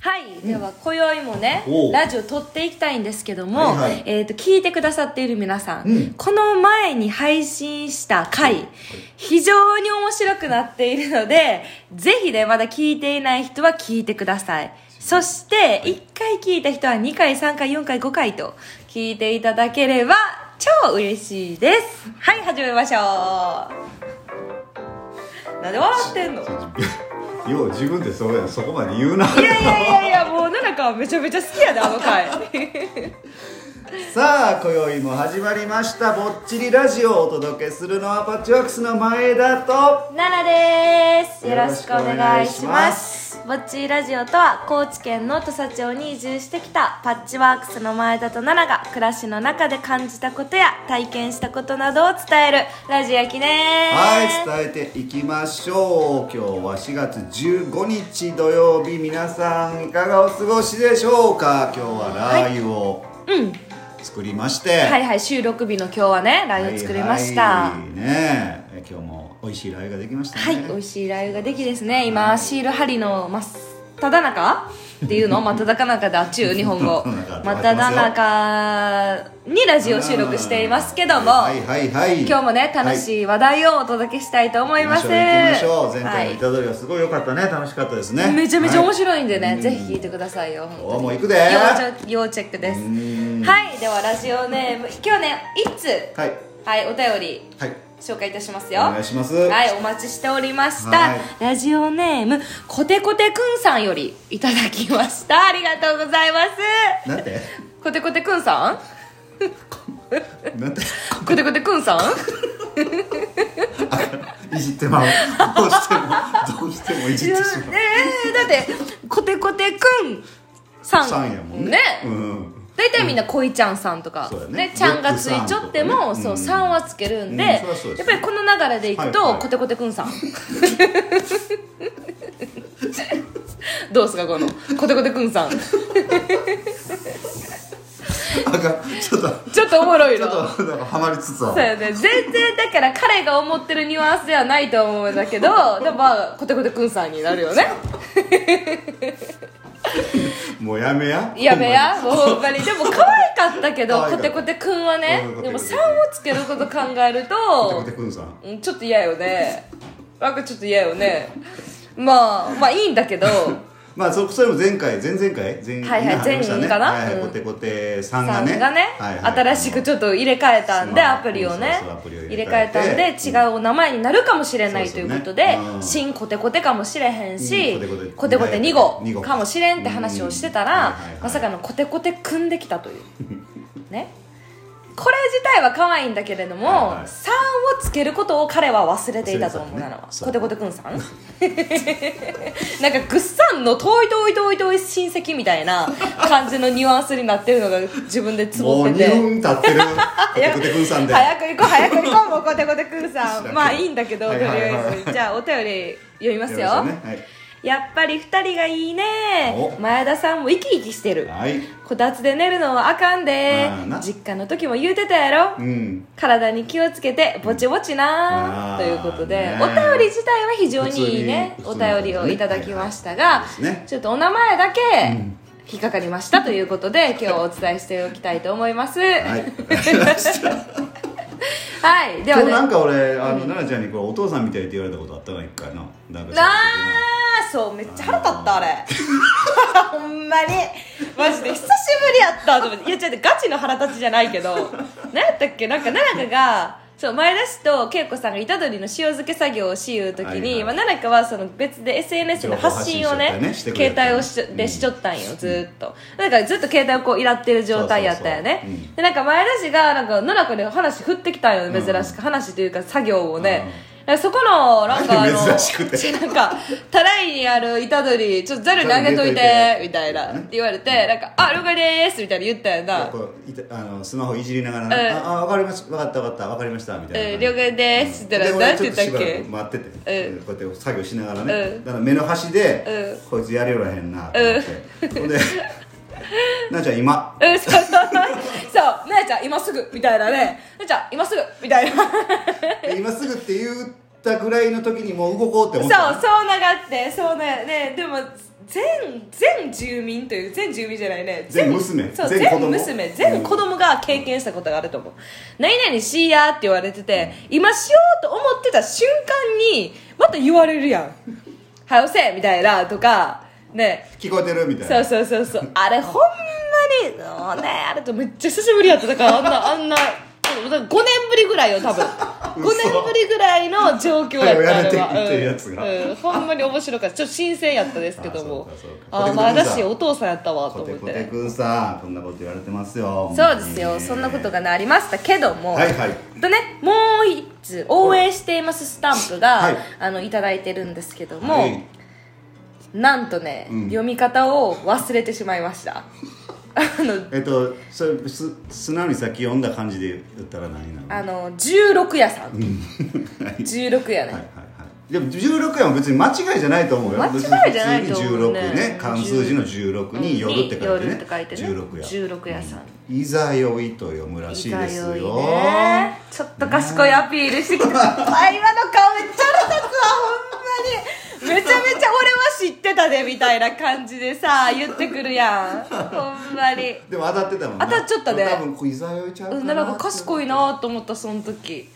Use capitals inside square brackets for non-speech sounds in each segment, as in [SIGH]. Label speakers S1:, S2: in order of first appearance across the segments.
S1: はい、では今宵もね
S2: おう
S1: ラジオ撮っていきたいんですけども、
S2: はいはい
S1: えー、と聞いてくださっている皆さん、
S2: うん
S1: この前に配信した回非常に面白くなっているのでぜひねまだ聞いていない人は聞いてくださいそして1回聞いた人は2回3回4回5回と聞いていただければ超嬉しいですはい始めましょうなんで笑って
S2: [LAUGHS]
S1: んの
S2: よう自分でそうやそこまで言うな
S1: いやいやいやいやもう奈々香はめちゃめちゃ好きやであの回
S2: [LAUGHS] さあ今宵も始まりました「ぼっちりラジオ」をお届けするのはパッチワークスの前田と
S1: 奈々です
S2: よ
S1: よ
S2: ろ
S1: ろ
S2: し
S1: し
S2: く
S1: く
S2: お
S1: お
S2: 願
S1: 願
S2: い
S1: い
S2: し
S1: し
S2: ま
S1: ますぼっちーラジオとは高知県の土佐町に移住してきたパッチワークスの前田と奈々が暮らしの中で感じたことや体験したことなどを伝えるラジ焼きですは
S2: はい伝えていきましょう今日は4月15日土曜日皆さんいかがお過ごしでしょうか今日はラー油を
S1: うん
S2: 作りまして、
S1: はいはい収録日の今日はねラー油作りました
S2: は
S1: はい
S2: はいねえ今日も美味しいラー油ができました
S1: い、
S2: ね
S1: 美味しいラー油ができですね今シール貼りの真っただ中っていうの真っただ中であっちゅう日本語
S2: 真
S1: 真
S2: っ
S1: ったただ
S2: だ
S1: 中にラジオ収録していますけども、
S2: はいはいはい
S1: 今日もね楽
S2: は
S1: しい話題をお届けしたいと思います、
S2: 行きましょう行きましょう前
S1: は
S2: 回の
S1: い
S2: 板取りがすごい良かったね楽しかったですね
S1: めちゃめちゃ面
S2: い
S1: 白いんでね、
S2: はい
S1: ぜひ聞いてくださいよ
S2: 今
S1: 本当
S2: 日も行
S1: に
S2: くで
S1: 要チェ要チェックです
S2: うん
S1: はいではラジオネーム今日ね一通
S2: はい
S1: はいお便り
S2: はい
S1: 紹介いたします
S2: お
S1: よ
S2: 願いします
S1: はいお待ちしておりました、
S2: はい
S1: ラジオネームコテコテくんさんよりいただきましたありがとうございます
S2: なんて
S1: コテコテくんさん
S2: なんて [LAUGHS]
S1: コテコテくんさん
S2: いじってまうどうしてもどうしてもい
S1: い
S2: じっ
S1: や
S2: て
S1: ね
S2: しま
S1: えだってコテコテくんさ
S2: うんさんやもんね
S1: ね
S2: うん
S1: 大体みんな「こいちゃんさん」とか
S2: そうや、ね
S1: ねちゃんがついちょっても、
S2: よくさんと
S1: そ
S2: かね
S1: ううんさんはつけるんで、
S2: うんそりゃそうで
S1: や
S2: す
S1: っぱりこの流れでいくと、
S2: はいはい
S1: コテコテくんさん [LAUGHS] どうすかこのコテコテくんさんち
S2: あかんちょっと
S1: ょっとおもろい
S2: ちょ
S1: の
S2: っとなんかハマりつつあ
S1: そう
S2: る
S1: やね全然だから彼が思ってるニュアンスではないと思うんだけどでもまあコテコテくんさんになるよね
S2: もうやめや
S1: やめやもうほんまにでも可愛かったけど
S2: 可愛か
S1: コ
S2: った
S1: テコテくんはね
S2: うん
S1: でもさんをつけること考える
S2: ほんま
S1: と
S2: にコテコテくんさん
S1: うんちょっと嫌よねなんかちょっと嫌よねまあまあいいんだけど
S2: まあそそれも前回前々回前
S1: はいはい
S2: 話したね
S1: 前かな
S2: はいはい
S1: うん
S2: コテコテさ
S1: さ
S2: ん
S1: ん
S2: が
S1: が
S2: ね
S1: ね
S2: はいはい
S1: 新しくちょっと入れ替えたんで
S2: スマ
S1: ア
S2: ホ
S1: プリをね
S2: そうそうアプリを入
S1: 入
S2: れ
S1: れ
S2: 替
S1: 替
S2: え
S1: え
S2: て
S1: たんで違うお名前になるかもしれない
S2: そ
S1: と
S2: うで
S1: い
S2: す
S1: う
S2: ね
S1: ことで
S2: うん
S1: 新コテコテかもしれへん
S2: う
S1: し
S2: んコテコテ
S1: コテコテ
S2: 二
S1: 2
S2: 号
S1: 号かもしれんって話をしてた
S2: うん
S1: ら
S2: はいはいはい
S1: まさかのコテコテ組んできた
S2: [LAUGHS]
S1: というねこれ自体は可愛いんだけれども
S2: はいはい
S1: 3をつけることを彼は忘れていたと思うなのは
S2: そう
S1: コ
S2: で
S1: テコ
S2: すね
S1: テくんさんなんかぐっさんの遠い遠い遠い遠い親戚みたいな感じのニュアンスになってるのが自分でつ
S2: も
S1: ぼ
S2: う
S1: ってて
S2: 2分経ってるコテコテくんさんで
S1: 早く行こう早く行こうもうコテコテくんさ
S2: 知らんけど
S1: んまあいいんだけど
S2: は
S1: と
S2: い
S1: り
S2: はいはい
S1: あえずじゃあお便り読みますよ
S2: よろしくねはい
S1: やっぱり二人がいいね
S2: お
S1: 前田さんも生き生きしてる
S2: はい。
S1: こたつで寝るのはあかんで
S2: まあな
S1: 実家の時も言うてたや
S2: う
S1: ろ
S2: ん。
S1: 体に気をつけてぼちぼち
S2: あ
S1: なと
S2: ー
S1: いうことで
S2: ね
S1: お便り自体は非常にいいね
S2: 普通
S1: お
S2: に
S1: 便りをいただきましたが
S2: 普通の方ねはいはいそうですね
S1: ちょっとお名前だけ引っかかりましたということで今日お伝えしておきたいと思います
S2: はい。
S1: はい、で
S2: 今
S1: は
S2: 日
S1: ね。
S2: なんか俺、あの、奈々ちゃんに、これ、お父さんみたいって言われたことあったな、一回な。なんか。
S1: なあ、そう、めっちゃ腹立った、あれ。 [LAUGHS] ほんまに。マジで、久しぶりやったと思って。いや、ちょっとガチの腹立ちじゃないけど。何やったっけなんか、奈々香が、そう、前田氏と恵子さんが虎杖の塩漬け作業をしようとき
S2: はいはい
S1: に、まあ、奈々香はその別で SNS の発信をね
S2: 情報、発信しとったよ
S1: 携帯
S2: ね
S1: をし
S2: う
S1: ょ
S2: ん
S1: でしちょったんよ、ずーっと。だからずっと携帯をこう、いらってる状態やったよね
S2: そうそうそううん。
S1: で、なんか前田氏が、なんか、奈々香に話振ってきたんよね、珍しく。話というか、作業をね。そこの、なんか、あの、
S2: 珍しくて
S1: なんか「たらいにある虎杖ちょっとざるにあげとい
S2: ざる
S1: て」
S2: に
S1: みたいなって言われて「なんかあ了解です」みたいな言ったよな
S2: こういたあのスマホいじりながら、
S1: ええ
S2: ああ分かりました分かった分かった分かりましたみたいな、
S1: ええ了解ですって言ったら
S2: 俺
S1: なんて言ったっけ
S2: ちょとしばらく待ってて、
S1: ええ
S2: こうやって作業しながらね、
S1: ええ
S2: だから目の端で、
S1: え
S2: こいつやれらへんなと思って、ほんで奈々ちゃん今
S1: うんそうそうそうそう [LAUGHS] なやちゃん今すぐ」みたいなね「なやちゃん今すぐ」みたいな
S2: 今すぐって言ったぐらいの時にもう動こうって
S1: そ
S2: 思
S1: う
S2: ったの
S1: そうながってそうねねでも全全住民という全住民じゃないね
S2: 全娘
S1: そう
S2: 全
S1: 全
S2: 子供
S1: 娘全子供が経験したことがあると思う、何々しやって言われてて、今しようと思ってた瞬間にまた言われるやん [LAUGHS] 「はよせ」みたいなとかね
S2: 聞こえてるみたい
S1: そ
S2: な
S1: うそうそうそうあれほんまにもうねあれとめっちゃ久しぶりやっただからあんなあんな5年ぶりぐらいよ多分5年ぶりぐらいの状況やったあれは
S2: はよやれてっていうやつが
S1: うんうんほんまに面白かったちょっと新鮮やったですけども
S2: あそうかそうか
S1: あまあ私お父さんやったわと
S2: コ
S1: 思
S2: テ
S1: っ
S2: コテ
S1: て
S2: くんさんこんなこと言われてますよ
S1: そうですよそんなことがねありましたけども
S2: はいはい
S1: とねもう一つ応援していますスタンプが、
S2: はい
S1: あのいただいてるんですけども、
S2: はい
S1: なんとね、
S2: うん
S1: 読み方を忘れてしまいましたあの
S2: えっとそれす素直にさっき読んだ感じで言ったら何な
S1: あ
S2: の
S1: の16屋さん [LAUGHS]
S2: はい
S1: 16屋ね、
S2: はいはいはいでも16円は別に間違いじゃないと思うよ
S1: 間違いじゃないと思うね
S2: 別に普通に16ね漢数字の16に「夜」って書いてね
S1: 夜って書いてね
S2: 16や
S1: 16やさん
S2: いざよいと読むらしいです
S1: い
S2: よ
S1: ねちょっと賢いアピールしてきてあ今の顔めっちゃ腹立つわほんまにめちゃめちゃ俺は知ってたでみたいな感じでさ言ってくるやんほんまに
S2: でも当たってたもん
S1: 当たっちゃったね
S2: 多分こういざよいちゃうか
S1: う
S2: なん
S1: なんか賢いなと思ったその時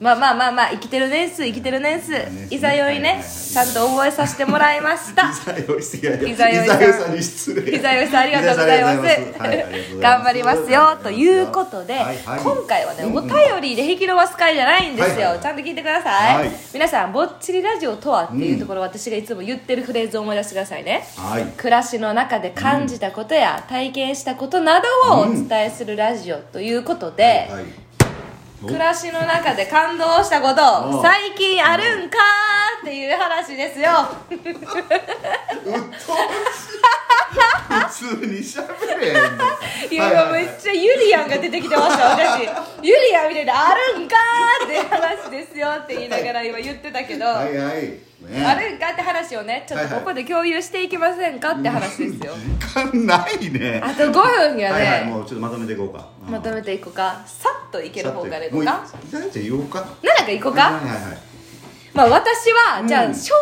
S1: まあまあまあまあ生きてる年数生きてる年数
S2: ね
S1: いざよい
S2: はいはいは
S1: ね
S2: い
S1: ちゃんと覚えさせてもらいました
S2: いざよいすぎや
S1: いざよい
S2: い
S1: さん
S2: ざよいさんに失礼
S1: 膝吉さんありがとうございます
S2: ざよさんありがとうございますはいありがとうござい
S1: 頑張りますよということで、
S2: はいはい
S1: 今回はね、お便りで引き伸ばす会じゃないんですよ、
S2: はいはい
S1: ちゃんと聞いてください、
S2: はい
S1: 皆さん「ぼっちりラジオとは」っていうところ、私がいつも言ってるフレーズを思い出してくださいね
S2: はい
S1: 暮らしの中で感じたことや体験したことなどをお伝えするラジオということで、
S2: はい
S1: 暮らしの中で感動したこと
S2: お
S1: 最近あるんかーっていう話ですよ
S2: 普通にしゃべれへんの
S1: いや、今めっちゃユリアンが出てきてました私ユリアンみたいな「あるんか!」って話ですよって言いながら今言ってたけど、
S2: はいはいね
S1: あるんかって話をねちょっとここで共有していきませんかって話ですよ、
S2: 時間ないね
S1: あと5分には
S2: は
S1: ね、
S2: いはいもうちょっとまとめていこうかうん
S1: まとめていこうかさっといける方からいこう
S2: さ
S1: か
S2: てもうじゃあじゃあ言おうか
S1: なんかいこう
S2: は
S1: か
S2: いはいはい
S1: まあ私は、
S2: うん
S1: じゃあ詳細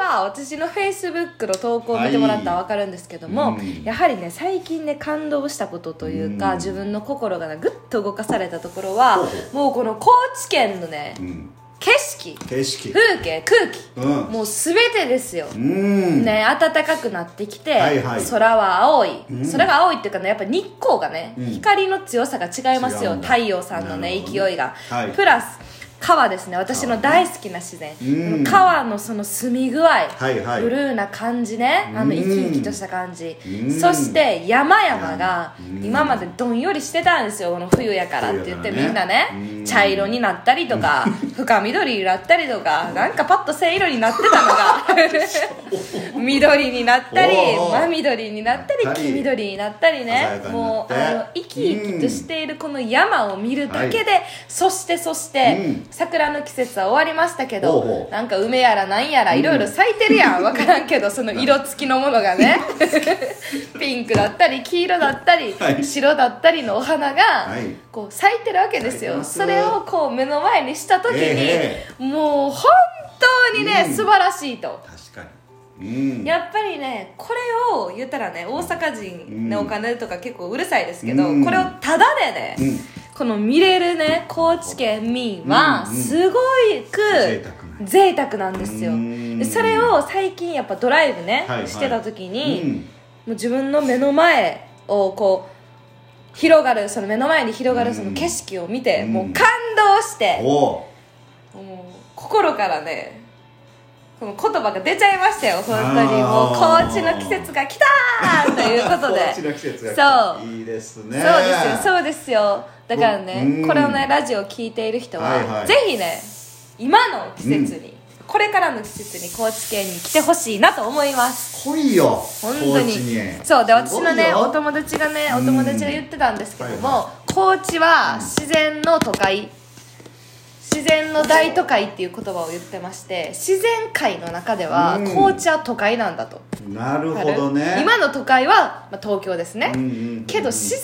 S1: は私のフェイスブックの投稿を見てもらったら分かるんですけども、
S2: はいうん
S1: やはりね最近ね感動したことというか、
S2: うん
S1: 自分の心がねぐっと動かされたところは、
S2: ほうほ
S1: もうこの高知県のね、
S2: うん
S1: 景色
S2: 景色
S1: 風景空気、
S2: うん
S1: もう全てですよ、
S2: うん
S1: ね、暖かくなってきて、
S2: はいはい
S1: 空は青い、
S2: うん
S1: 空が青いっていうかねやっぱ日光がね、
S2: うん
S1: 光の強さが違います
S2: 違
S1: よ
S2: うんだ
S1: 太陽さんの
S2: なる
S1: ね
S2: ほどね
S1: 勢いが、
S2: はい
S1: プラス川ですね私の大好きな自然、
S2: うん
S1: 川のその澄み具合、
S2: いはい
S1: ブルーな感じねあの
S2: うん
S1: 生き生きとした感じ、
S2: うん
S1: そして山々が
S2: うん
S1: 今までどんよりしてたんですよこの冬やからって言って、
S2: 冬や
S1: みん
S2: から
S1: な
S2: ね
S1: ね
S2: うん
S1: 茶色になったりとか深緑になったりとかなんかパッと青色になってたのが [LAUGHS]
S2: [LAUGHS]
S1: 緑になったり
S2: おうおう
S1: 真緑になったり
S2: なったり
S1: 黄緑になったり
S2: 鮮や
S1: ね
S2: かになっ
S1: もう
S2: て
S1: あの生き生きとしているこの山を見るだけで、そしてそして、
S2: うん
S1: 桜の季節は終わりましたけど
S2: ほうほう
S1: なんか梅やらなんやらいろいろ咲いてるや
S2: [LAUGHS]
S1: ん分からんけどその色付きのものがねピンクだったり黄色だったり、
S2: はい
S1: 白だったりのお花が、
S2: い
S1: こう咲いてるわけです
S2: 咲いて
S1: よ
S2: ます
S1: それをこう目の前にした時に、
S2: え
S1: もう本当にね、
S2: うん
S1: 素晴らしいと。
S2: 確かにうん
S1: やっぱりねこれを言ったらね大阪人のお金とか結構うるさいですけど、
S2: うん
S1: これをタダでね、
S2: うん
S1: この見れるね高知県民は
S2: うんうん
S1: すご
S2: 贅
S1: く贅沢なんですよ
S2: うん
S1: でそれを最近やっぱドライブね、
S2: はいはい
S1: してた時
S2: う
S1: に、も
S2: ん
S1: う自分の目の前をこう広がるその目の前に広が
S2: う
S1: る
S2: ん
S1: その景色を見て、
S2: うん
S1: もう感動して、
S2: おう
S1: もう心からねこの言葉が出ちゃいましたよ本当にもう
S2: あー
S1: 高知の季節が来たーということで
S2: [LAUGHS] 高知の季節が来た
S1: そう
S2: いいです
S1: そう
S2: ね
S1: ですよそうですよだから
S2: う
S1: ね
S2: ん
S1: これをねラジオを聞いている人は、
S2: はいはい
S1: ぜひね今の季節に、これからの季節に高知県に来てほしいなと思います
S2: 来いよ
S1: 本当
S2: 高
S1: に
S2: 知に
S1: そうで
S2: ご
S1: 私
S2: いよ
S1: のねお友達がねお友達が言ってたんですけども、高知は自然の都会自然の大都会っていう言葉を言ってまして自然界の中では
S2: うん
S1: 高知は都会なんだと、
S2: なるほどね
S1: 今の都会は、まあ、東京ですね、
S2: うんうんうん
S1: けど自然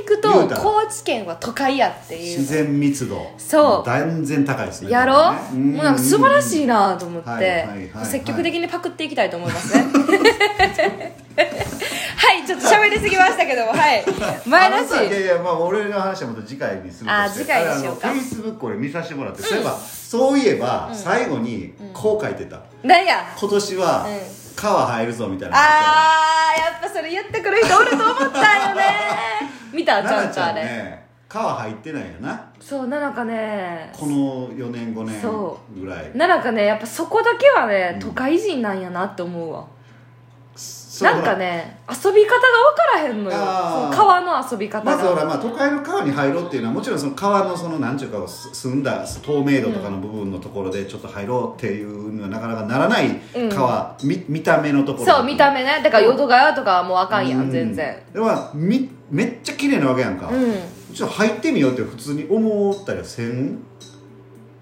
S1: 行くと
S2: 言うたら
S1: 高知県は都会やっていう
S2: 自然密度
S1: そう
S2: 断然高いですね
S1: やろ、
S2: これねん
S1: もうなんか素晴らしいなと思って、
S2: はいはいはいはい
S1: 積極的にパクっていきたいと思います
S2: [LAUGHS]
S1: ねはいちょっと喋りすぎましたけどもはい前
S2: あの
S1: らし
S2: さいや
S1: い
S2: いやまあ俺の話はまた次回にするとして
S1: あ次回にしようか
S2: フェイスブック俺見させてもらって、そういえばそういえば最後にこう書いてた、
S1: なんや
S2: 今年は
S1: う
S2: 川入るぞみたいな
S1: あーやっぱそれ言ってくる人おると思ったよね見たち
S2: 奈
S1: ゃ
S2: 々
S1: ん
S2: ち
S1: とあ
S2: ゃん
S1: れ、
S2: ね川入ってないよな
S1: そうな々かね
S2: この4年5
S1: そ
S2: 年ぐらい
S1: なんかねやっぱそこだけはね都会人なんやなって思うわ、
S2: そう
S1: なんかね遊び方が分からへんのよそ
S2: あー
S1: の川の遊び方が
S2: まずほら、まあ、都会の川に入ろうっていうのはもちろんその川のそのなんちゅうかをす澄んだ透明度とかの部分のところでちょっと入ろうっていうのはなかなかならない
S1: うん
S2: 川、み見た目のところ
S1: そう見た目ねだから淀川とかはもうあかんや
S2: うん
S1: 全然
S2: でもみめっちゃ綺麗なわけやんか、
S1: う
S2: ちょっと入ってみようって普通に思ったりはせん
S1: ん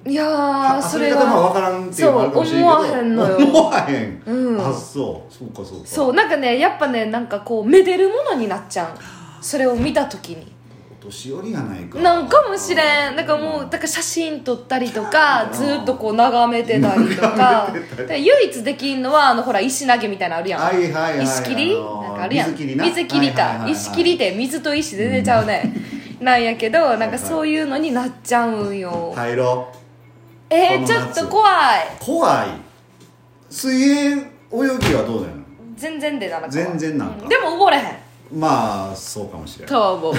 S1: いやー
S2: は
S1: それ
S2: 遊び方も
S1: が
S2: 分からんっていうのもあるかもしれんけど
S1: そう思わへんのよ
S2: 思わへん、
S1: うん
S2: あそうそうかそうか
S1: そうなんかねやっぱねなんかこうめでるものになっちゃうそれを見た時に
S2: お年寄りやないか
S1: なんかもしれんなんかもうだから写真撮ったりとかずーっとこう眺めてたりとか
S2: 眺めてたり
S1: で唯一できんのはあのほら石投げみたいなのあるやん、
S2: はいはいはい
S1: 石切り、
S2: あのー
S1: なんかあるやん
S2: 水切りな
S1: か、
S2: はいはいはいはい
S1: 石切りって水と石全然ちゃうね、なんやけどなんかそういうのになっちゃうんよ、
S2: 入ろう
S1: え
S2: こ
S1: ー、
S2: の
S1: ちょっ
S2: 夏
S1: と怖い
S2: 怖い水泳泳ぎはどうだよ
S1: 全然でなかった
S2: 全然なんか
S1: うでも溺れへん
S2: まあそうかもしれん
S1: とは
S2: [LAUGHS]
S1: 思う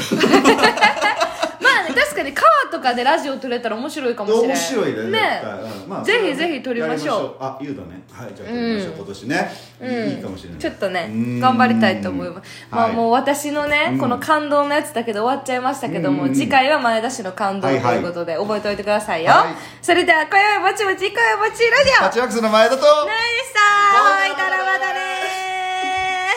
S1: まあね確かに川とかでラジオ撮れたら面白いかもしれん
S2: 面白いね
S1: ね
S2: 絶対うんまあ
S1: ぜひ
S2: それはね
S1: ぜひ撮りましょう
S2: やあ言うだねはいじゃあ撮りましょう、
S1: うん
S2: 今年ね、
S1: うん
S2: いいかもしれない
S1: ちょっとね
S2: うん
S1: 頑張りたいと思いますまあ
S2: はい
S1: もう私のね、
S2: うん
S1: この感動のやつだけで終わっちゃいましたけども、
S2: うん
S1: 次回は前田氏の感動と
S2: はいはい
S1: いうことで覚えておいてくださいよ、
S2: はい
S1: それでは今宵もぼちぼち今宵もぼちラジオ
S2: パチワックスの前だと
S1: ナイスでした
S2: バイ
S1: ほいたらまたね